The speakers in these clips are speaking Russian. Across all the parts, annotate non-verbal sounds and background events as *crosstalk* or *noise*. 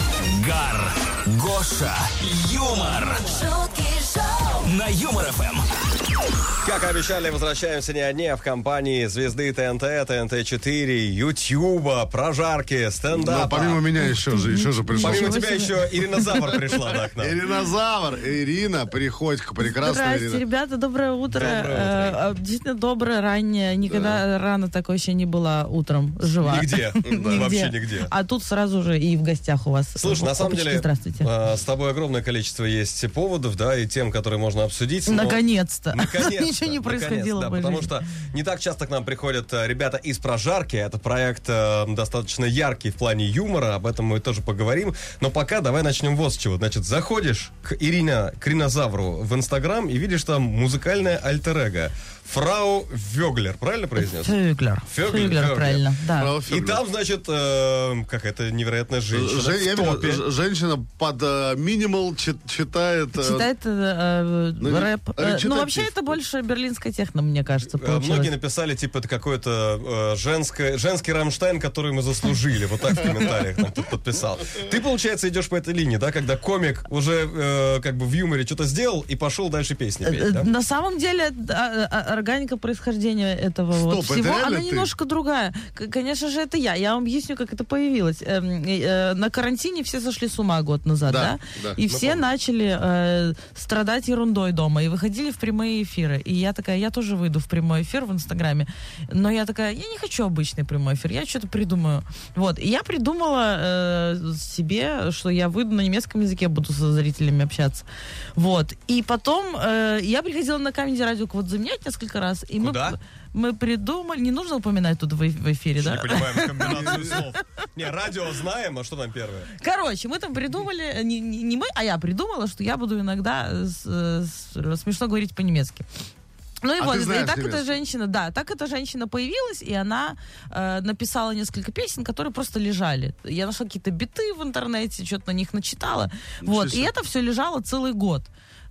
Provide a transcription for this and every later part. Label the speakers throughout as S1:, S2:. S1: Загар, Гоша, юмор. На Юмор Эм. ФМ.
S2: Как и обещали, возвращаемся не одни, а в компании звезды ТНТ, ТНТ-4, Ютьюба, прожарки,
S3: Ну,
S2: стендапа.
S3: помимо меня еще же, еще же пришел.
S2: Помимо
S4: Ничего
S2: тебя
S4: себе.
S2: еще Ирина Завар пришла да, к
S3: *laughs*
S2: нам.
S3: Иринозавр, Ирина Приходько, прекрасная
S4: Здрасте,
S3: Ирина.
S4: ребята, доброе утро.
S2: Доброе утро.
S4: Э, а, Действительно доброе, раннее. Никогда рано такой еще не была утром жива. *laughs*
S2: Нигде. Вообще нигде.
S4: А тут сразу же и в гостях у вас.
S2: Слушай, на самом
S4: Опачки,
S2: деле,
S4: Здравствуйте.
S2: э, с тобой огромное количество есть поводов, да, и тем, которые можно обсудить. но-
S4: *laughs* Наконец-то.
S2: Наконец-то,
S4: *laughs* Ничего не
S2: наконец-то,
S4: происходило
S2: да,
S4: в моей
S2: потому
S4: жизни.
S2: что не так часто к нам приходят э, ребята из прожарки. Это проект э, достаточно яркий в плане юмора. Об этом мы тоже поговорим. Но пока давай начнем вот с чего. Значит, заходишь к Ирине Кринозавру в Инстаграм и видишь там музыкальное альтер -эго. Фрау Вёглер, правильно произнес?
S4: Фюглер.
S2: Фюглер, Фюглер.
S4: Фюглер, правильно. Да.
S3: Браво,
S2: И
S3: Фёглер.
S2: там, значит, э, какая-то невероятная женщина.
S3: Жен- я
S2: в
S3: видел,
S2: топе.
S3: ж- женщина под э, минимал чит- читает... э,
S4: Читает э, э,
S3: ну,
S4: рэп. Э,
S3: речитатив.
S4: Ну, вообще, это больше берлинская техно, мне кажется,
S2: Э, Многие
S4: получилось.
S2: написали, типа, это какой-то э, женское, женский Рамштайн, который мы заслужили. Вот так в комментариях нам тут подписал. Ты, получается, идешь по этой линии, да, когда комик уже э, как бы в юморе что-то сделал и пошел дальше песни петь,
S4: Э,
S2: да?
S4: На самом деле а, а, органика происхождения этого
S3: Стоп,
S4: вот
S3: это
S4: всего,
S3: реально
S4: она
S3: ты?
S4: немножко другая. К- Конечно же, это я. Я вам объясню, как это появилось. Эм, э, э, На карантине все сошли с ума год назад,
S3: Да,
S4: да?
S3: да,
S4: И
S3: мы
S4: все
S3: помним.
S4: начали э, страдать ерундой дома и выходили в прямые эфиры. И я такая, я тоже выйду в прямой эфир в Инстаграме. Но я такая, я не хочу обычный прямой эфир, я что-то придумаю. Вот. И я придумала э, себе, что я выйду на немецком языке, буду со зрителями общаться. Вот. И потом э, я приходила на камеди радио вот заменять несколько раз. И
S2: Куда?
S4: Мы, мы придумали, не нужно упоминать тут в, в эфире, да?
S2: понимаем комбинацию слов. Не, радио знаем, а что там первое?
S4: Короче, мы там придумали, э, не, не- не мы, а я придумала, что я буду иногда э, с- э, с- смешно говорить по-немецки. Ну и
S3: А
S4: вот,
S3: ты знаешь
S4: и так
S3: немецкий?
S4: эта женщина, да, так эта женщина появилась, и она э, написала несколько песен, которые просто лежали. Я нашла какие-то биты в интернете, что-то на них начитала. вот,
S3: себе.
S4: и это все лежало целый год.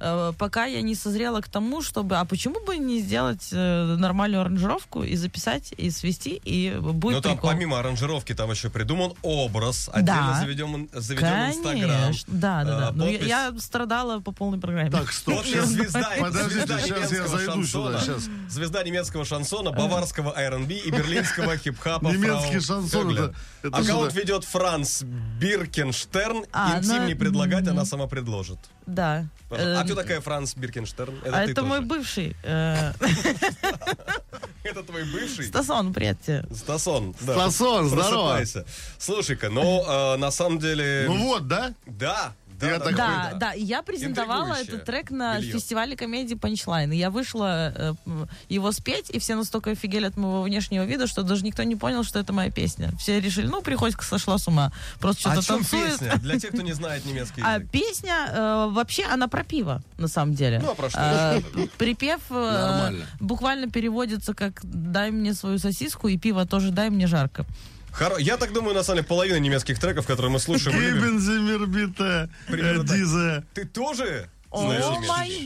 S4: э, Пока я не созрела к тому, чтобы... А почему бы не сделать э, нормальную аранжировку и записать, и свести, и будет
S2: Ну, там
S4: прикол.
S2: помимо аранжировки, там еще придуман образ.
S4: Да.
S2: Отдельно заведем, заведем Инстаграм.
S4: Конечно. Да, да,
S2: А,
S4: да. Ну, я-
S2: подпись.
S4: я, страдала по полной программе.
S3: Так, стоп,
S2: Вот сейчас
S3: сейчас...
S2: звезда,
S3: Подождите,
S2: звезда
S3: щас я
S2: немецкого
S3: зайду сюда,
S2: шансона.
S3: щас.
S2: Звезда немецкого шансона, баварского R&B и берлинского хип-хапа.
S3: Немецкий
S2: Фрау
S3: шансон,
S2: Фёглер.
S3: это- это
S2: Аккаунт
S3: что-то.
S2: ведет Франц Биркенштерн.
S4: А,
S2: Интим
S4: ну,
S2: не предлагать, она сама предложит.
S4: *laughs* Да.
S2: Пожалуйста. А
S4: Эм,
S2: кто такая Франц Биркенштерн?
S4: а
S2: ты
S4: это
S2: тоже.
S4: мой бывший.
S2: *laughs*
S4: э, *laughs*
S2: Это твой бывший?
S4: Стасон, привет тебе.
S2: Стасон. да.
S3: Стасон, здорово.
S2: Просыпайся. Слушай-ка, ну, э, на самом деле...
S3: Ну вот, да?
S2: Да. Да,
S3: Я так
S4: Да, да, и я презентовала
S2: Интригующее
S4: этот трек на
S2: белье.
S4: фестивале комедии «Панчлайн». И я вышла э, м, его спеть, и все настолько офигели от моего внешнего вида, что даже никто не понял, что это моя песня. Все решили, ну, Приходько сошла с ума. Просто
S2: О
S4: что-то
S2: чем
S4: танцует.
S2: песня? Для тех, кто не знает немецкий
S4: А
S2: язык.
S4: песня э, вообще она про пиво, на самом деле.
S2: Ну, а про что?
S4: Э, припев э,
S3: Нормально.
S4: буквально переводится как «дай мне свою сосиску и пиво тоже дай мне жарко».
S2: Хоро- Я так думаю, на самом деле, половина немецких треков, которые мы слушаем, и любим,
S3: Гейбензимербита,
S2: Примерно так.
S3: э, Дизе.
S2: Ты тоже
S4: О
S2: знаешь
S4: май
S2: немецкий?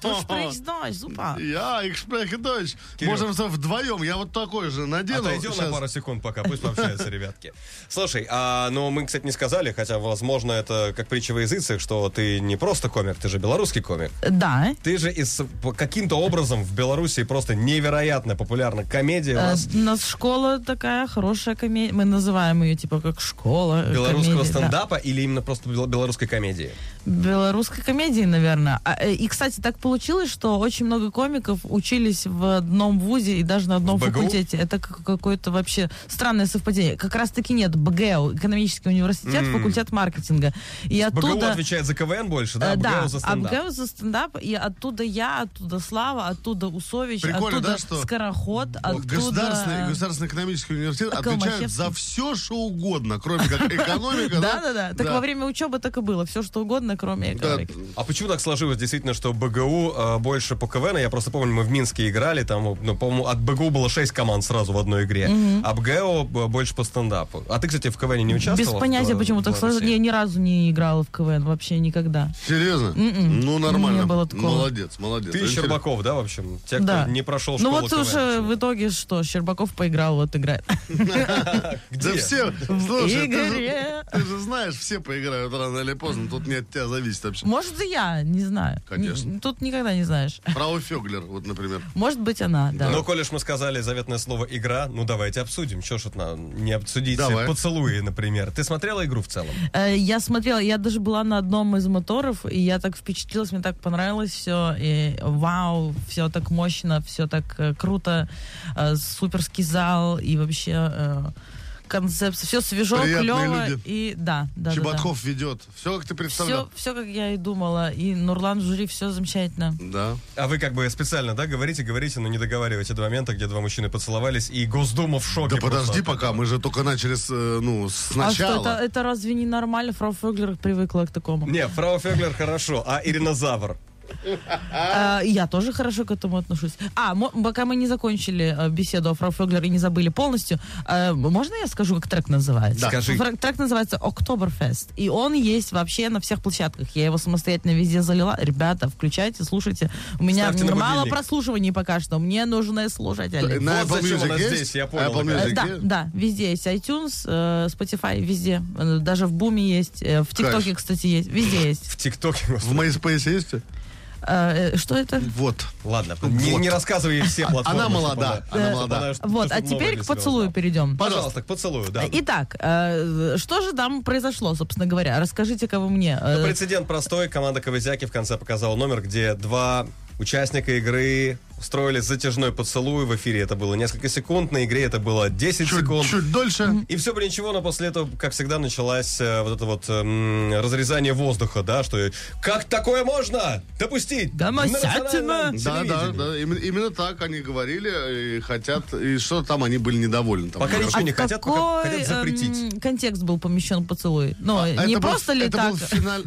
S2: *laughs*
S4: Ты sprichst Deutsch, супа.
S3: Я, их Deutsch.
S2: Кирилл.
S3: Можем со- вдвоем, я вот такой же надену.
S2: Отойдем на
S3: щас.
S2: пару секунд пока, пусть пообщаются ребятки. Слушай, а, ну мы, кстати, не сказали, хотя, возможно, это как притча во языцех, что ты не просто комик, ты же белорусский комик.
S4: Да.
S2: Ты же из по- каким-то образом в Беларуси просто невероятно популярна комедия. У
S4: Э,
S2: нас
S4: У нас школа такая хорошая комедия. Мы называем ее типа как школа. э,
S2: белорусского
S4: комедии, да.
S2: стендапа или именно просто бел- белорусской комедии?
S4: белорусской комедии, наверное. А, э, и, кстати, так получилось, что очень много комиков учились в одном вузе и даже на одном
S2: В БГУ?
S4: факультете. Это как- какое-то вообще странное совпадение. Как раз-таки нет. БГУ, экономический университет, факультет маркетинга. И
S2: БГУ
S4: оттуда...
S2: отвечает за КВН больше, да?
S4: э,
S2: БГУ
S4: да,
S2: за
S4: а
S2: стендап.
S4: БГУ за стендап, и оттуда я, оттуда Слава, оттуда Усович,
S3: Прикольно,
S4: оттуда
S3: да, что
S4: Скороход,
S3: Государственный,
S4: оттуда...
S3: государственный экономический университет
S4: А
S3: отвечает
S4: Колмачевский?
S3: за все, что
S4: *laughs*
S3: угодно, кроме как экономика.
S4: Да, да, да. Так во время учебы так и было. Все, что угодно,
S3: Да,
S4: кроме экономики.
S2: А почему так сложилось действительно, что БГУ э, больше по КВН? Я просто помню, мы в Минске играли, там, ну, по-моему, от БГУ было 6 команд сразу в одной игре, а БГУ б- больше по стендапу. А ты, кстати, в КВН не
S4: Без
S2: участвовал? Э,
S4: понятия, почему так сложилось. Я ни разу не играла в КВН вообще никогда.
S3: Серьезно? Ну, нормально.
S4: М-м. Не было такого.
S3: Молодец, молодец.
S2: Ты и
S3: Интересно.
S2: Щербаков, да, в общем? Те, кто
S4: да.
S2: не прошел
S4: Ну
S2: школу
S4: вот
S2: КВН.
S4: уже в итоге что? Щербаков поиграл, вот
S3: *laughs*
S4: играет.
S3: Да все, слушай, ты
S4: Игоре.
S3: же, ты же знаешь, все поиграют рано или поздно, тут не от тебя зависит вообще.
S4: Может, и я, не знаю.
S3: Конечно.
S4: Н- Тут никогда не знаешь.
S3: Фрау Феглер, вот, например.
S4: Может быть, она, да.
S2: Ну, коль уж мы сказали заветное слово «игра», ну, давайте обсудим. Что ж это на- не обсудить
S3: Давай.
S2: поцелуи, например. Ты смотрела игру в целом?
S4: Э, Я смотрела, я даже была на одном из моторов, и я так впечатлилась, мне так понравилось все, и вау, все так мощно, все так э, круто, э, суперский зал, и вообще э, концепция, все свежо,
S3: Приятные
S4: клево,
S3: люди.
S4: и да, да,
S3: Чебаков ведет. Все, как ты представлял.
S4: Все, все, как я и думала, и Нурлан Жюри, все замечательно.
S3: Да.
S2: А вы как бы специально, да, говорите, говорите, но не договариваете до момента, где два мужчины поцеловались, и Госдума в шоке.
S3: Да подожди
S2: просто.
S3: пока, мы же только начали с, э, ну,
S4: А что, это,
S3: сначала.
S4: это разве не нормально? Фрау Феглер привыкла к такому.
S2: Не, Фрау Феглер хорошо, а Иринозавр?
S4: А, Я тоже хорошо к этому отношусь. А, мо- пока мы не закончили э, беседу о Фрау Феглер и не забыли полностью, э, можно я скажу, как трек называется?
S2: Да. Скажи.
S4: Фра- Трек называется «Октоберфест». И он есть вообще на всех площадках. Я его самостоятельно везде залила. Ребята, включайте, слушайте. У меня
S2: Ставьте на
S4: мало
S2: будильник.
S4: прослушиваний пока что. Мне нужны слушатели.
S3: Э, На
S2: Вот
S3: Apple
S2: зачем она
S3: Music есть?
S2: здесь, я понял,
S3: Apple
S2: наконец.
S3: Music
S4: Э, Да,
S3: есть?
S4: да, везде есть iTunes, э, Spotify, везде. Э, Даже в Буме есть, э, в
S3: Кайф.
S4: ТикТоке, кстати, есть. Везде есть.
S2: В ТикТоке. господи.
S3: В MySpace есть?
S4: Э, э, Что это?
S3: Вот.
S2: Ладно, не, не рассказывай ей все платформы.
S3: Она
S2: чтобы
S3: молода, она
S2: чтобы
S3: молода.
S2: чтоб
S4: Вот, а
S2: новое
S4: теперь
S2: для
S4: к
S2: себя
S4: поцелую
S2: узнала.
S4: перейдем.
S2: Пожалуйста, к поцелую, да.
S4: Итак, э, что же там произошло, собственно говоря? Расскажите-ка вы мне. э,
S2: Ну, Прецедент простой. Команда Ковызяки в конце показала номер, где два участника игры устроили затяжной поцелуй. В эфире это было несколько секунд, на игре это было 10
S3: Чуть,
S2: секунд.
S3: чуть дольше.
S2: И все бы ничего, но после этого, как всегда, началось э, вот это вот эм, разрезание воздуха, да, что э, как такое можно допустить?
S4: Да,
S2: На
S4: Масятина!
S2: национальном
S3: Да, да,
S2: телевидении?»
S3: да. Именно, именно так они говорили э, и хотят, и что там они были недовольны. Там
S2: Пока
S3: было.
S2: ничего
S4: а
S2: не хотят, пока
S4: какой,
S2: хотят запретить.
S4: эм, контекст был помещен поцелуй? Ну,
S3: А, Это
S4: не
S3: был-
S4: просто ли
S3: это
S4: так?
S3: был финаль-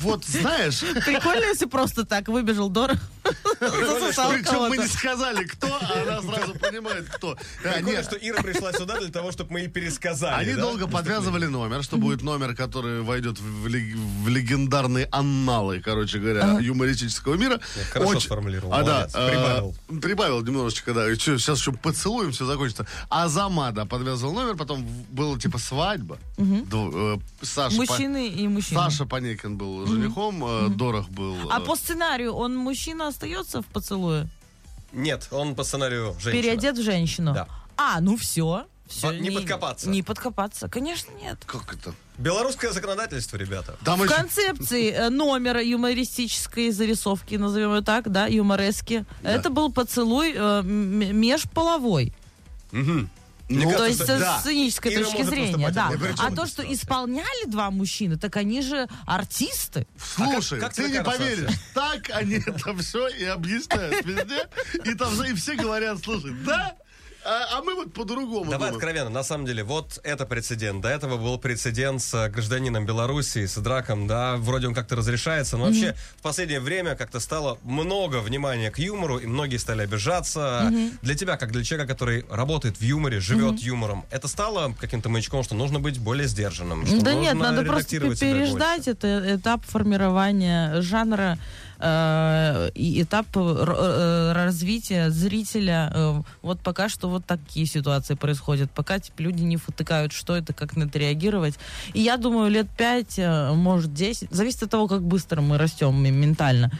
S3: Вот знаешь,
S4: *laughs*
S3: *laughs*
S4: Прикольно, если просто так выбежал Дора. засосал
S3: причем мы
S4: кого-то.
S3: не сказали, кто, а она сразу понимает, кто. Э,
S2: Прикольно,
S3: нет,
S2: что Ира пришла сюда для того, чтобы мы ей пересказали.
S3: Они
S2: да?
S3: долго подвязывали номер, что будет номер, который войдет в, лег- в легендарные анналы, короче говоря, юмористического мира.
S2: хорошо сформулировал,
S3: А, да,
S2: молодец,
S3: э,
S2: прибавил.
S3: прибавил немножечко, да. И чё, сейчас еще поцелуем, все закончится. Азамада подвязывал номер, потом в- было типа свадьба. Дв- э, Саша, Па-
S4: Мужчины и мужчины.
S3: Саша Панекин был женихом, э, Дорох был...
S4: А
S3: э,
S4: по сценарию он мужчина остается в поцелуе?
S2: Нет, он по сценарию женщина.
S4: Переодет в женщину?
S2: Да.
S4: А, ну все. Все,
S2: Вот не подкопаться.
S4: Не подкопаться, конечно, нет.
S3: Как это?
S2: Белорусское законодательство, ребята.
S3: Там
S4: В
S3: еще-
S4: концепции э, номера юмористической зарисовки, назовем ее так, да, юморески, это был поцелуй э, м- межполовой.
S2: Мне
S3: Ну,
S4: То
S2: кажется,
S4: есть
S2: что-
S4: с
S2: да.
S4: сценической
S2: Ира
S4: точки
S2: может
S4: зрения,
S2: выступать
S4: да.
S2: одной.
S4: А
S2: Причем
S4: то,
S2: здесь
S4: что
S2: ситуация?
S4: исполняли два мужчины, так они же артисты.
S3: Слушай,
S2: А как- как
S3: ты
S2: тебе
S3: не
S2: кажется
S3: поверишь,
S2: вообще?
S3: так они это все и объясняют везде, и там же и все говорят, слушай, да, а, а мы вот по-другому
S2: Давай
S3: думаем.
S2: откровенно, на самом деле, вот это прецедент. До этого был прецедент с э, гражданином Белоруссии, с драком, да, вроде он как-то разрешается, но вообще в последнее время как-то стало много внимания к юмору, и многие стали обижаться. Для тебя, как для человека, который работает в юморе, живет юмором, это стало каким-то маячком, что нужно быть более сдержанным? что
S4: да нет,
S2: нужно
S4: надо просто
S2: редактировать себя
S4: переждать
S2: больше?
S4: это этап формирования жанра э, и этап э, р- э, развития зрителя. Э, Вот пока что вот такие ситуации происходят. Пока типа, люди не втыкают, что это, как на это реагировать. И я думаю, лет 5, может 10, зависит от того, как быстро мы растем м- ментально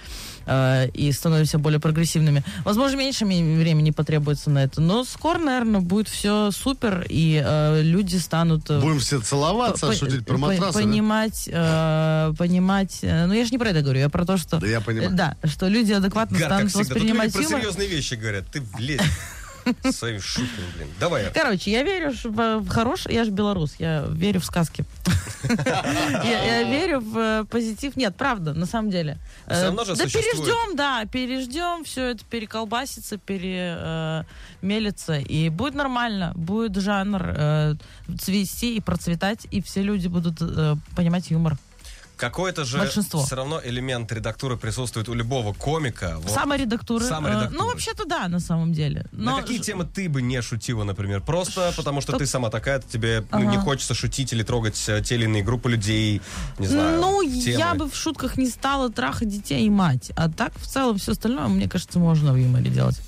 S4: э, и становимся более прогрессивными. Возможно, меньше ми- времени потребуется на это, но скоро, наверное, будет все супер, и э, люди станут... э,
S3: Будем все целоваться,
S4: по- э,
S3: шутить про
S4: по-
S3: матрасы. Ну, да?
S4: Понимать, э, понимать. э, Ну, я же не про это говорю, я про то, что.
S3: Да я понимаю.
S4: э, Да, что люди адекватно
S2: Гар, как
S4: станут
S2: всегда. Тут люди
S4: воспринимать
S2: про
S4: юмор.
S2: серьезные вещи говорят. Ты влезь *laughs* с своими шутками, блин. Давай, Ира.
S4: Короче, я верю ж в, в хорош, я же белорус, я верю в
S2: *laughs*
S4: сказки. Я я верю в э, позитив. Нет, правда, на самом деле.
S2: Всё
S4: Э,
S2: равно же
S4: Да
S2: существует.
S4: переждем, да, переждем, все это переколбасится, перемелится, и будет нормально, будет жанр э, цвести и процветать, и все люди будут э, понимать юмор.
S2: Какой-то же
S4: Большинство.
S2: все равно элемент редактуры присутствует у любого комика. Вот.
S4: Саморедактуры. э,
S2: Саморедактуры.
S4: Ну, вообще-то да, на самом деле. Но
S2: На какие темы ты бы не шутила, например? Просто потому что
S4: Что-
S2: ты сама такая, тебе ну,
S4: Ага.
S2: не хочется шутить или трогать э, те или иные группы людей, не знаю.
S4: ну,
S2: темы.
S4: я бы в шутках не стала трахать детей и мать. А так, в целом, все остальное, мне кажется, можно в юморе делать.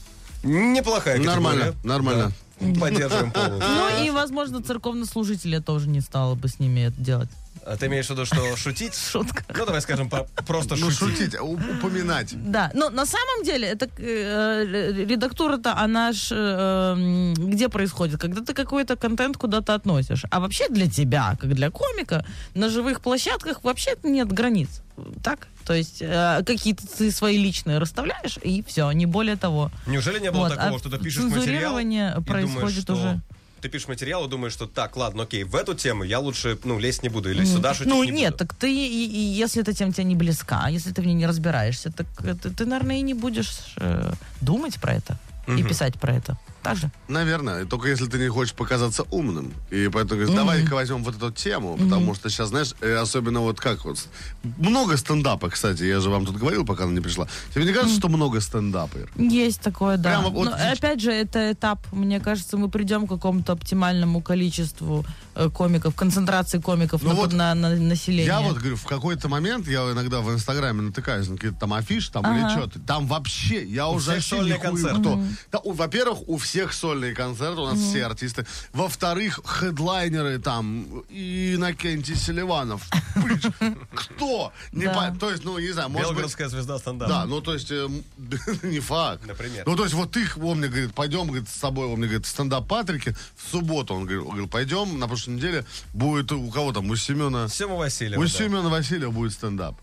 S2: Неплохая категория.
S3: Нормально, нормально.
S2: Да. Поддерживаем полностью.
S4: Ну и, возможно, церковнослужителя тоже не стала бы с ними это делать.
S2: А ты имеешь в виду, что шутить?
S4: Шутка.
S2: Ну, давай скажем, по- просто
S3: Ну,
S2: шутить.
S3: шутить, а у- упоминать.
S4: Да, но на самом деле это э, редактура-то, она ж э, м, где происходит? Когда ты какой-то контент куда-то относишь. А вообще для тебя, как для комика, на живых площадках вообще нет границ. Так? То есть э, какие-то ты свои личные расставляешь, и все, не более того.
S2: Неужели не было
S4: Вот,
S2: такого,
S4: а
S2: что ты пишешь материал?
S4: цензурирование
S2: и
S4: происходит
S2: думаешь, что-
S4: уже.
S2: Ты пишешь материал и думаешь, что так, ладно, окей, в эту тему я лучше, ну, лезть не буду, или сюда шутить
S4: ну
S2: не
S4: нет,
S2: буду.
S4: так ты, и- и если эта тема тебе не близка, если ты в ней не разбираешься, так э, ты, ты, наверное, и не будешь э, думать про это и
S2: Мгм.
S4: писать про это. Так же?
S3: Наверное, только если ты не хочешь показаться умным. И поэтому говоришь, давай-ка возьмем вот эту тему, потому что сейчас, знаешь, э, особенно вот как вот... с- Много стендапа, кстати, я же вам тут говорил, пока она не пришла. Тебе не кажется, что много стендапа, Ир?
S4: Есть такое, да.
S3: Прямо вот
S4: Но,
S3: здесь-
S4: опять же, это этап. Мне кажется, мы придем к какому-то оптимальному количеству э, комиков, концентрации комиков
S3: Ну
S4: на,
S3: вот
S4: на- на население.
S3: Я вот говорю, в какой-то момент я иногда в Инстаграме натыкаюсь на какие-то там афиши, там
S4: Ага.
S3: или что-то. Там вообще, я уже
S2: всех
S3: вообще
S2: сольные
S3: нихуя
S2: концерты.
S3: кто. Да, у- во-первых, у всех сольные концерты, у нас все артисты. Во-вторых, хедлайнеры там, Иннокентий Селиванов. Блин, Кто? Не
S4: Да.
S3: пон- То есть, ну, не знаю, может быть...
S2: Белгородская звезда стандарта.
S3: Да, ну то есть, э, м, *laughs* не факт.
S2: Например.
S3: Ну то есть, вот их, он мне говорит, пойдем, говорит, с собой, он мне говорит, в стендап Патрики в субботу, он говорил, говорил, пойдем, на прошлой неделе будет у кого там, у Семена...
S2: Сема Васильева.
S3: У
S2: да.
S3: Семена Васильева будет стендап.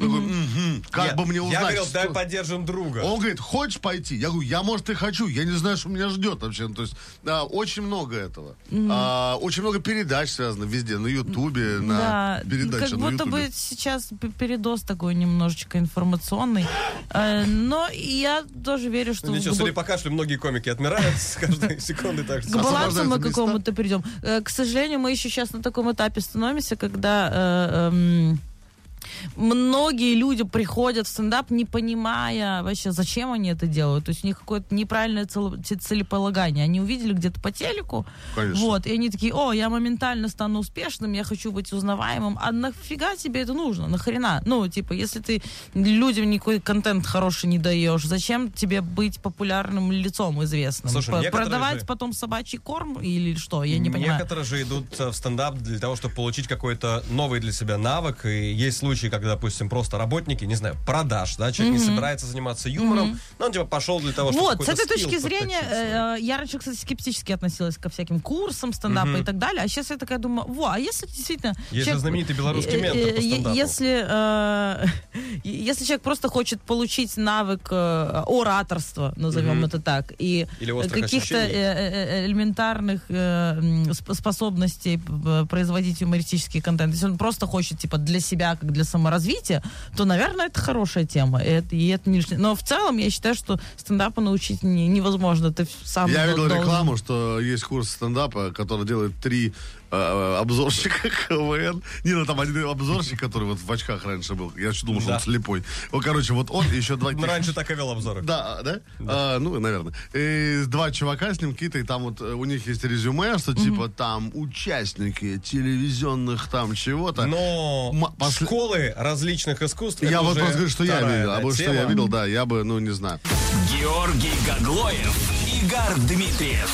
S3: Я говорю, «Мгм, как
S2: Я-
S3: бы мне узнать?
S2: Я говорил,
S3: что-»
S2: давай поддержим друга.
S3: Он говорит, хочешь пойти? Я говорю, я, может, и хочу. Я не знаю, что меня ждет вообще. Ну, то есть, да, очень много этого. А, очень много передач связано везде. На Ютубе, на
S4: Да, ну,
S3: передаче
S4: как
S3: на
S4: будто
S3: Ютубе.
S4: бы сейчас п- передоз такой немножечко информационный. Э, Но я тоже верю, что...
S2: Ну, Ничего,
S4: в глубок-
S2: судя по кашлю, многие комики отмирают с каждой *laughs* секунды. Так
S4: К
S2: что...
S4: балансу мы
S3: Освобождаются
S4: к
S3: места.
S4: какому-то придем. Э, К сожалению, мы еще сейчас на таком этапе становимся, когда э, эм, многие люди приходят в стендап, не понимая вообще, зачем они это делают. То есть у них какое-то неправильное цело- те- целеполагание. Они увидели где-то по телеку,
S3: Конечно.
S4: вот, и они такие, о, я моментально стану успешным, я хочу быть узнаваемым. А нафига тебе это нужно? Нахрена? Ну, типа, если ты людям никакой контент хороший не даешь, зачем тебе быть популярным лицом известным?
S2: Слушай,
S4: П-
S2: некоторые
S4: Продавать
S2: же-
S4: потом собачий корм или что? Я не понимаю.
S2: Некоторые же идут э, в стендап для того, чтобы получить какой-то новый для себя навык. И есть случаи, когда, допустим, просто работники, не знаю, продаж, да, человек не собирается заниматься юмором, но он типа пошел для того, чтобы
S4: Вот, с
S2: какой-то
S4: этой
S2: скилл
S4: точки зрения,
S2: подточить свой.
S4: э, э, я раньше, кстати, скептически относилась ко всяким курсам стендапа и так далее, а сейчас я такая думаю, во, а если действительно...
S2: Есть же знаменитый белорусский
S4: э, э,
S2: ментор по
S4: э,
S2: стендапу.
S4: Если, э, *laughs* если человек просто хочет получить навык э, ораторства, назовем
S2: Мгм.
S4: это так, и
S2: Или острых
S4: каких-то э,
S2: ощущений.
S4: э, э, элементарных э, м, сп- способностей э, производить юмористический контент, если он просто хочет, типа, для себя, как для саморазвития, то, наверное, это хорошая тема. И это, и это не лишнее. Но в целом я считаю, что стендапу научить не- невозможно. Ты сам
S3: Я
S4: до-
S3: видел
S4: должен.
S3: рекламу, что есть курс стендапа, который делает три э, обзорщика *laughs* КВН. Не, ну там один обзорщик, который вот в очках раньше был. Я еще думал, что он
S2: Да.
S3: слепой. Ну, короче, вот он и еще два...
S2: Ну, раньше так и вел обзоры.
S3: Да, да? А, ну, наверное. И два чувака с ним какие-то, и там вот э, у них есть резюме, что типа там участники телевизионных там чего-то.
S2: Но
S3: М- после-
S2: школы различных искусств...
S3: я
S2: это
S3: вот
S2: уже
S3: просто говорю, что я
S2: вторая,
S3: видел.
S2: да,
S3: А вот что я
S2: тема.
S3: видел, да, я бы, ну, не знаю.
S1: Георгий Гаглоев, Игорь Дмитриев.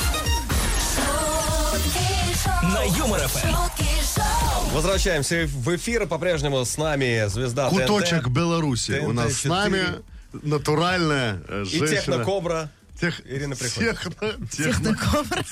S1: На Юмор Эм. ФМ.
S2: Возвращаемся в эфир. По-прежнему с нами звезда ТНТ.
S3: Куточек Беларуси у
S2: ТНТ
S3: нас с нами. Натуральная э,
S2: И
S3: женщина.
S2: технокобра.
S3: Тех...
S2: Ирина Приходько.
S3: Техно... Техно...
S4: Технокобра.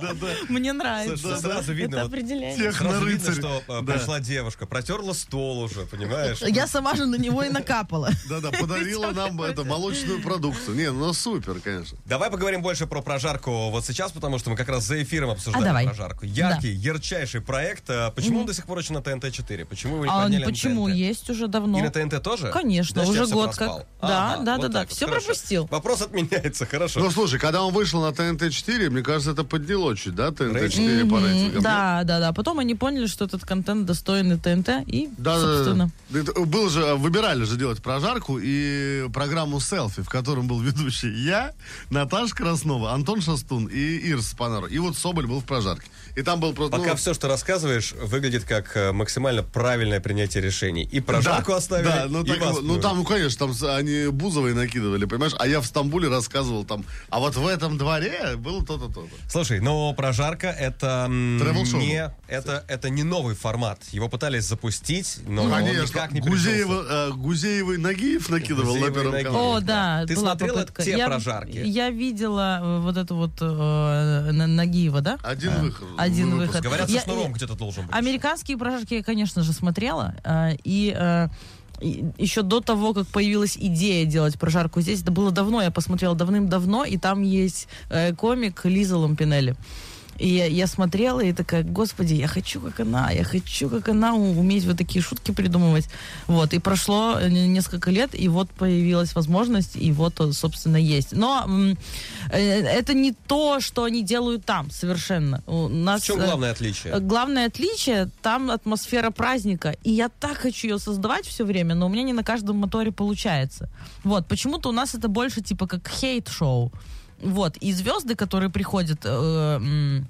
S3: Да-да.
S4: Мне нравится.
S2: Слушай, сразу видно,
S4: Это
S2: вот
S4: определение.
S3: тех-
S2: Сразу видно,
S3: Технорыцарь.
S2: что э,
S3: Да.
S2: пришла девушка, протерла стол уже, понимаешь?
S4: Я сама же на него и накапала.
S3: *laughs* Да-да, подарила нам это молочную продукцию. Не, ну супер, конечно.
S2: Давай поговорим больше про прожарку вот сейчас, потому что мы как раз за эфиром обсуждаем
S4: А давай.
S2: прожарку. Яркий, ярчайший проект. А Почему он до сих пор еще на ТНТ-4? Почему его не
S4: А
S2: подняли на
S4: почему?
S2: ТНТ?
S4: Есть уже давно.
S2: И на ТНТ тоже?
S4: Конечно,
S2: Значит, я
S4: уже
S2: всё
S4: год
S2: проспал.
S4: как. Да, да, да, да,
S2: так
S4: всё
S2: Хорошо.
S4: пропустил.
S2: Вопрос отменяется, хорошо.
S3: Ну слушай, когда он вышел на ТНТ-4, мне кажется, это подняло Сочи, да, ТНТ-4 по
S4: Мгм.
S3: рейтингам?
S4: Да, да, да. Потом они поняли, что этот контент достойный ТНТ, и,
S3: Да,
S4: собственно...
S3: да, да. Был же, а, выбирали же делать прожарку и программу селфи, в котором был ведущий я, Наташа Краснова, Антон Шастун и Ирс Спанару. И вот Соболь был в прожарке. И там был просто... ну,
S2: Пока все, что рассказываешь, выглядит как э, максимально правильное принятие решений. И прожарку
S3: да,
S2: оставили,
S3: Да, ну,
S2: и
S3: так
S2: вас
S3: его- ну
S2: тоже.
S3: там, ну конечно, там с- они Бузовой накидывали, понимаешь? А я в Стамбуле рассказывал там, а вот в этом дворе было то-то, то-то.
S2: Слушай, но прожарка это м,
S3: Тревел-шоу.
S2: не это это не новый формат. Его пытались запустить, но Ну, он
S3: Ну, Конечно,
S2: никак не прижился.
S3: Гузеева, э, Гузеева и Нагиев накидывал
S2: Гузеева и
S3: на первом
S2: Нагиев.
S3: канале.
S4: О, да.
S2: Ты
S4: была
S2: смотрела
S4: попытка.
S2: те
S4: я,
S2: прожарки?
S4: Я видела э, вот эту вот э, На- Нагиева, да?
S3: Один
S4: Э,
S3: выход.
S4: Один
S3: Выпуск.
S4: выход.
S2: Говорят,
S4: Я-
S2: со шнуром
S4: я-
S2: где-то должен быть.
S4: Американские прожарки я, конечно же, смотрела. э, И э, и еще до того, как появилась идея делать прожарку здесь, это было давно, я посмотрела давным-давно, и там есть э, комик Лиза Лампинелли. И я, я смотрела и такая, господи, я хочу, как она, я хочу, как она, у- уметь вот такие шутки придумывать. Вот, и прошло э, несколько лет, и вот появилась возможность, и вот, э, собственно, есть. Но м, э, это не то, что они делают там, совершенно. У
S2: В
S4: нас,
S2: чем
S4: э,
S2: главное отличие?
S4: Э, Главное отличие, там атмосфера праздника. И я так хочу ее создавать все время, но у меня не на каждом моторе получается. Вот, почему-то у нас это больше типа как хейт-шоу. Вот, и звезды, которые приходят... э, м,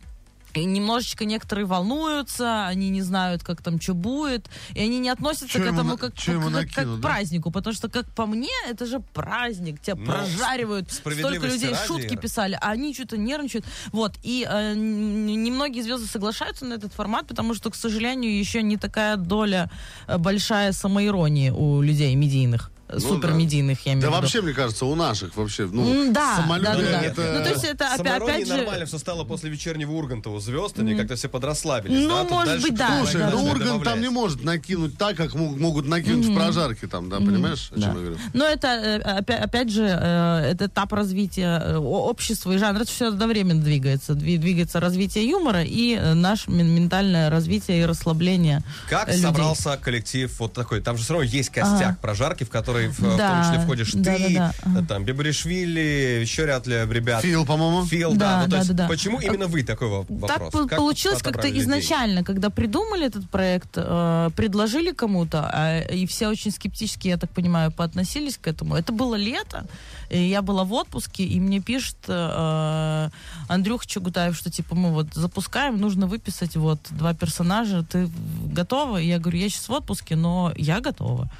S4: и немножечко некоторые волнуются, они не знают, как там что будет, и они не относятся
S3: Чё
S4: к
S3: ему
S4: этому
S3: на-
S4: как,
S3: чё
S4: как-
S3: ему
S4: как-
S3: накинут,
S4: как к
S3: да?
S4: празднику, потому что, как по мне, это же праздник, тебя
S2: Ну,
S4: прожаривают, столько
S2: справедливости
S4: людей
S2: ради,
S4: шутки
S2: Ира.
S4: писали, а они что-то нервничают. Вот, и э, н- немногие звезды соглашаются на этот формат, потому что, к сожалению, еще не такая доля э, большая самоиронии у людей медийных, э,
S3: Ну да.
S4: супермедийных, я имею
S3: Да
S4: в виду.
S3: вообще, мне кажется, у наших вообще, ну,
S4: М, да,
S3: самолюбие
S2: Э,
S4: да, да, да.
S3: это-
S4: Ну, то есть это опя-
S2: Самоиронии
S4: опять же-
S2: нормально все стало после вечернего Урганта у звезд, они как-то все подрасслабились.
S4: Ну,
S2: да? Тут
S4: может
S2: дальше
S4: быть, да,
S2: кто-то
S4: Слушай,
S3: Слушай,
S4: да,
S2: дальше
S4: да.
S3: ну Ургант там
S2: добавляется.
S3: не может накинуть так, как мог- могут накинуть в прожарке там, да, понимаешь, о чем
S4: Да.
S3: я говорю?
S4: Но это, э, опя- опять же, э, это этап развития э, о- общества и жанра. Это все одновременно двигается. Дви- Двигается развитие юмора и э, наше мен- ментальное развитие и расслабление э,
S2: Как
S4: людей.
S2: собрался коллектив вот такой? Там же все равно есть костяк прожарки, в который в, в
S4: А. Да,
S2: том числе входишь
S4: да,
S2: ты,
S4: да, да.
S2: э, там Бебришвили, еще ряд ли ребят.
S3: Фил, по-моему.
S2: Фил, да.
S4: Да,
S2: Ну, то
S4: да,
S2: есть,
S4: да, да.
S2: Почему именно вы такой во-
S4: Так
S2: вопрос?
S4: по-
S2: Как
S4: получилось как-то
S2: подобрали людей?
S4: изначально, когда придумали этот проект, э, предложили кому-то, а, и все очень скептически, я так понимаю, поотносились к этому. Это было лето, и я была в отпуске, и мне пишет э, Андрюха Чагутаев, что типа мы вот запускаем, нужно выписать вот два персонажа, ты готова? И я говорю, я сейчас в отпуске, но я готова.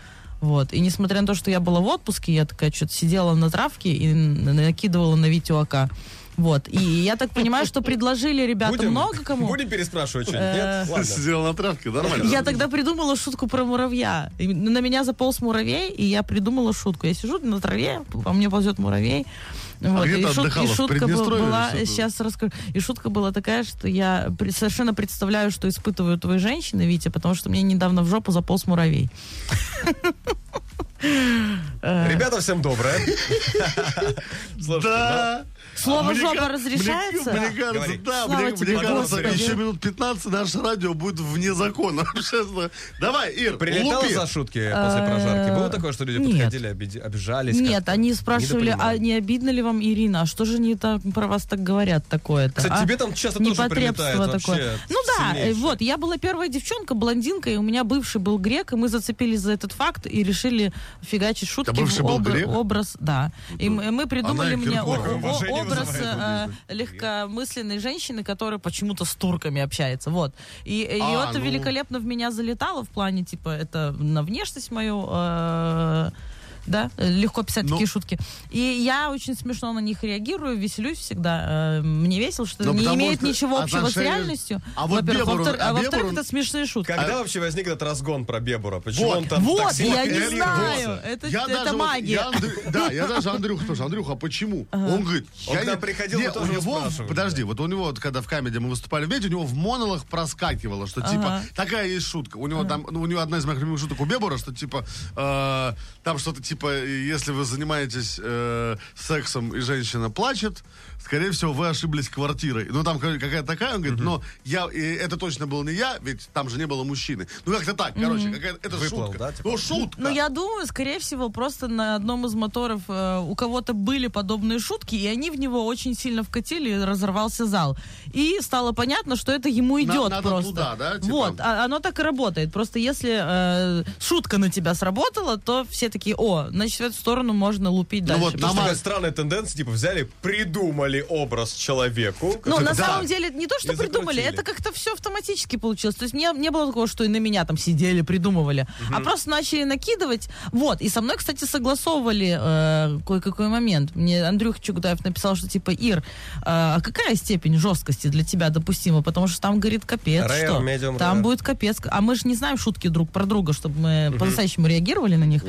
S4: Вот. И несмотря на то, что я была в отпуске, я такая что-то сидела на травке и н- накидывала на Витюака. Вот. И я так понимаю, что предложили ребята
S2: Будем,
S4: много
S2: *laughs*
S4: кому.
S2: Будем переспрашивать что-нибудь?
S4: Э,
S2: Нет? Ладно.
S3: Сидел на травке, нормально.
S4: Я тогда придумала шутку про муравья. И на меня заполз муравей, и я придумала шутку. Я сижу на траве, по мне ползет муравей. Вот.
S3: А где
S4: и,
S3: ты
S4: шут- и
S3: отдыхала? В
S4: шутка бу-
S3: Приднестровье
S4: была,
S3: или что-то?
S4: сейчас расскажу. И шутка была такая, что я пре- совершенно представляю, что испытывают твои женщины, Витя, потому что мне недавно в жопу заполз муравей. э.
S2: Ребята, всем доброе. *laughs* Слушайте, ну,
S3: Да.
S4: Слово
S3: Мне
S4: жопа
S3: ка-
S4: разрешается?
S3: Мне, мне кажется,
S2: Говори.
S3: да,
S4: Слава
S3: мне, мне
S4: тебе,
S3: кажется,
S4: Господи.
S3: еще минут 15 наше радио будет вне закона. *laughs* Честно. Давай, Ир,
S2: Прилетало
S3: лупи.
S2: за шутки после прожарки? Было такое, что люди
S4: Э, нет.
S2: подходили, оби- обижались?
S4: Нет,
S2: как-то?
S4: они спрашивали, а
S2: Недопонимали.
S4: не обидно ли вам Ирина? А что же они так про вас так говорят такое-то?
S2: Кстати,
S4: а?
S2: тебе там часто тоже
S4: Непотребство
S2: прилетает вообще
S4: Ну да, э,
S2: сильнейшее.
S4: вот, я была первая девчонка, блондинка, и у меня бывший был грек, и мы зацепились за этот факт и решили фигачить шутки.
S3: Да бывший
S4: в
S3: был грек?
S4: Образ, да. И м- мы придумали
S3: и
S4: мне о-
S3: Киркоров.
S4: о-
S2: Уважение
S4: образ
S2: вызывает,
S4: э, легкомысленной женщины, которая почему-то с турками общается, вот. И, и
S3: А,
S4: это
S3: ну.
S4: великолепно в меня залетало в плане, типа, это на внешность мою... э, да, э, легко писать
S3: Ну.
S4: такие шутки. И я очень смешно на них реагирую, веселюсь всегда. э, Мне весело, что
S3: Ну,
S4: это не
S3: потому
S4: имеет
S3: что
S4: ничего общего с
S3: отношения-
S4: реальностью.
S3: А вот
S4: во-первых.
S3: Бебру-
S4: Во-втор-
S3: а
S4: а
S3: Бебру-
S4: во-вторых, это смешные шутки.
S2: Когда вообще возник этот разгон про Бебура? Почему
S3: Вот,
S2: он там
S4: вот,
S2: так сильно
S4: я не
S2: перегрелся?
S4: знаю. Это,
S3: Я
S4: это
S3: даже вот-
S4: магия.
S3: я Андрю-
S4: *laughs*
S3: да, я даже Андрюха тоже. Андрюха, а почему? Он говорит,
S2: Он
S3: я
S2: когда
S3: не-
S2: приходил, мы
S3: не,
S2: тоже
S3: у него,
S2: спрашивали,
S3: подожди, вот у него, вот когда в камеди мы выступали вместе, у него в монолах проскакивало, что типа такая есть шутка. У него там, ну, у него одна из моих любимых шуток у Бебора, что типа э, там что-то типа, если вы занимаетесь э, сексом и женщина плачет, скорее всего, вы ошиблись квартирой. Ну, там ка- какая-то такая, он говорит, но я, и это точно был не я, ведь там же не было мужчины. Ну, как-то так, короче, какая это
S2: Выплыл,
S3: шутка.
S2: да, типа?
S3: Ну, шутка.
S4: Но я думаю, скорее всего, просто на одном из моторов э, у кого-то были подобные шутки, и они в него очень сильно вкатили, и разорвался зал. И стало понятно, что это ему
S3: На-
S4: идет
S3: надо
S4: просто.
S3: туда, да, типа?
S4: Вот, а- оно так и работает. Просто если э, шутка на тебя сработала, то все такие, о, значит, в эту сторону можно лупить дальше.
S3: Ну вот
S2: Потому что
S3: Тамара-
S2: такая странная тенденция, типа взяли, придумали образ человеку.
S4: Ну,
S2: который-
S3: Да.
S4: на самом деле, не то, что
S2: И
S4: придумали,
S2: закрутили.
S4: это как-то все автоматически получилось. То есть не, не было такого, что и на меня там сидели, придумывали. А просто начали накидывать. Вот. И со мной, кстати, согласовывали э, кое-какой момент. Мне Андрюх Чугудаев написал, что типа, Ир, э, а какая степень жесткости для тебя допустима? Потому что там, говорит, капец.
S2: Rare,
S4: что?
S2: medium,
S4: там
S2: rare.
S4: будет капец. А мы же не знаем шутки друг про друга, чтобы мы по-настоящему реагировали на них.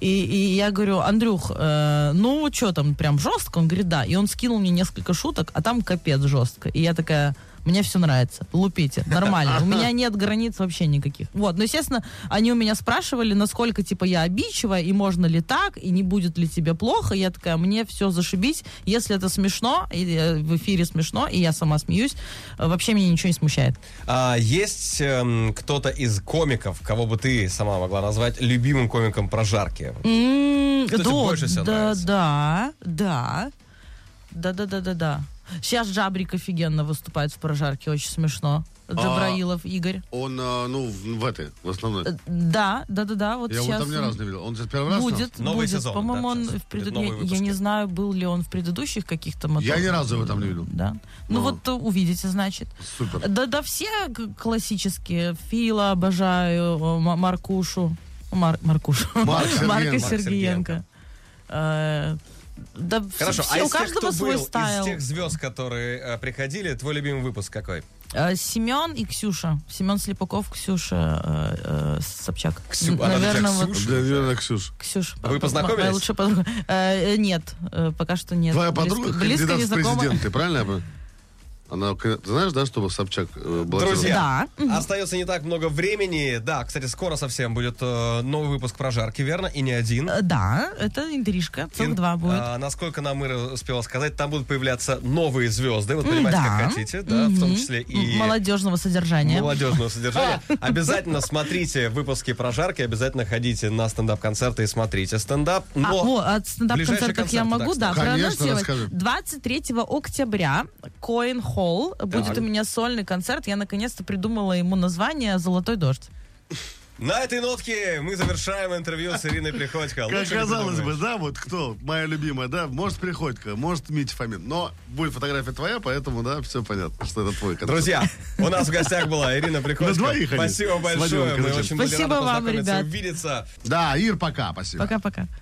S4: И, и я говорю, Андрюх, э, ну что там, прям жестко? Он говорит, да. И он скинул мне несколько шуток, а там капец жестко. И я такая... Мне все нравится. Лупите. Нормально. У меня нет границ вообще никаких. Вот. Но, естественно, они у меня спрашивали, насколько, типа, я обидчива, и можно ли так, и не будет ли тебе плохо. Я такая, мне все зашибись. Если это смешно, и, э, в эфире смешно, и я сама смеюсь, э, вообще меня ничего не смущает.
S2: А есть эм, кто-то из комиков, кого бы ты сама могла назвать любимым комиком прожарки?
S4: М,
S2: Что тебе
S4: да,
S2: больше всего
S4: да,
S2: нравится?
S4: да, да, да, да, да, да, да. Сейчас Джабрик офигенно выступает в прожарке, очень смешно.
S3: А.
S4: Джабраилов Игорь.
S3: Он, э, ну, в, в этой, в основной.
S4: Э, Да, да, да, да, вот
S3: я его
S4: сейчас.
S3: там ни
S4: он
S3: разу не видел. Он сейчас первый раз? там?
S4: Будет,
S2: Новый
S4: будет.
S2: сезон,
S4: По-моему,
S2: да,
S4: он
S2: сейчас
S4: в пред-
S2: будет новые
S4: я- Я
S2: выпуски.
S4: не знаю, был ли он в предыдущих каких-то моторах.
S3: Я ни разу его там не видел.
S4: Да.
S3: Но-
S4: Ну вот э, увидите, значит.
S3: Супер.
S4: Да, да, все к- классические. Фила обожаю, э, Ма- Маркушу. Мар- Маркушу.
S3: Марк Сергеенко.
S4: Марка
S3: Марк
S4: Сергеенко. Э, Да, в-
S2: Хорошо,
S4: все-
S2: а
S4: у
S2: из тех,
S4: каждого
S2: кто
S4: свой
S2: был, из
S4: стайл.
S2: тех звезд, которые э, приходили, твой любимый выпуск какой?
S4: Э, Семен и Ксюша. Семен Слепаков, Ксюша э, э, Собчак.
S2: Ксю-
S4: Н-
S2: она же
S4: Наверное, вот
S2: Ксюша.
S3: Да, верно, Ксюш.
S4: Ксюша.
S2: А вы познакомились?
S4: Моя лучшая подруга. Э, э, Нет, э, пока что нет.
S3: Твоя
S4: Близко-
S3: подруга
S4: близко
S3: кандидат
S4: не
S3: в
S4: знакома.
S3: президенты, правильно? я понимаю? Она, ты знаешь, да, что Собчак э, баллотировалась?
S2: Друзья,
S4: Да. Мгм.
S2: остается не так много времени. Да, кстати, скоро совсем будет э, новый выпуск прожарки, верно? И не один.
S4: Э, Да, это интрижка. Целых
S2: Ин-
S4: два будет.
S2: А, насколько нам Ира успела сказать, там будут появляться новые звезды. Вот понимаете, как хотите, да, в том
S4: Мгм.
S2: числе и
S4: М, Молодежного содержания.
S2: молодежного
S4: *laughs*
S2: содержания. Обязательно смотрите выпуски прожарки, обязательно ходите на стендап-концерты и смотрите стендап.
S4: А,
S2: Но
S4: о, от
S2: Ближайшие
S4: стендап-концертов я
S2: концерты,
S4: могу,
S2: да,
S4: да,
S3: кстати. Конечно,
S4: проанонсировать.
S3: расскажи.
S4: 23 октября Коин Холл будет у меня сольный концерт. Я наконец-то придумала ему название «Золотой дождь».
S2: на этой нотке мы завершаем интервью с Ириной Приходько. Лучше не
S3: Как казалось бы,
S2: придумаешь.
S3: да, вот кто, моя любимая, да, может Приходько, может Митя Фомин, но будет фотография твоя, поэтому, да, все понятно, что это твой концерт.
S2: Друзья, у нас в гостях была Ирина Приходько.
S3: На двоих они.
S2: Спасибо
S3: С
S2: большое.
S3: Вадимом
S2: Мы
S3: Казаченко.
S2: очень были
S4: Спасибо
S2: рады
S4: вам,
S2: познакомиться,
S4: ребят.
S2: увидеться.
S3: Да, Ир, пока, спасибо.
S4: Пока-пока.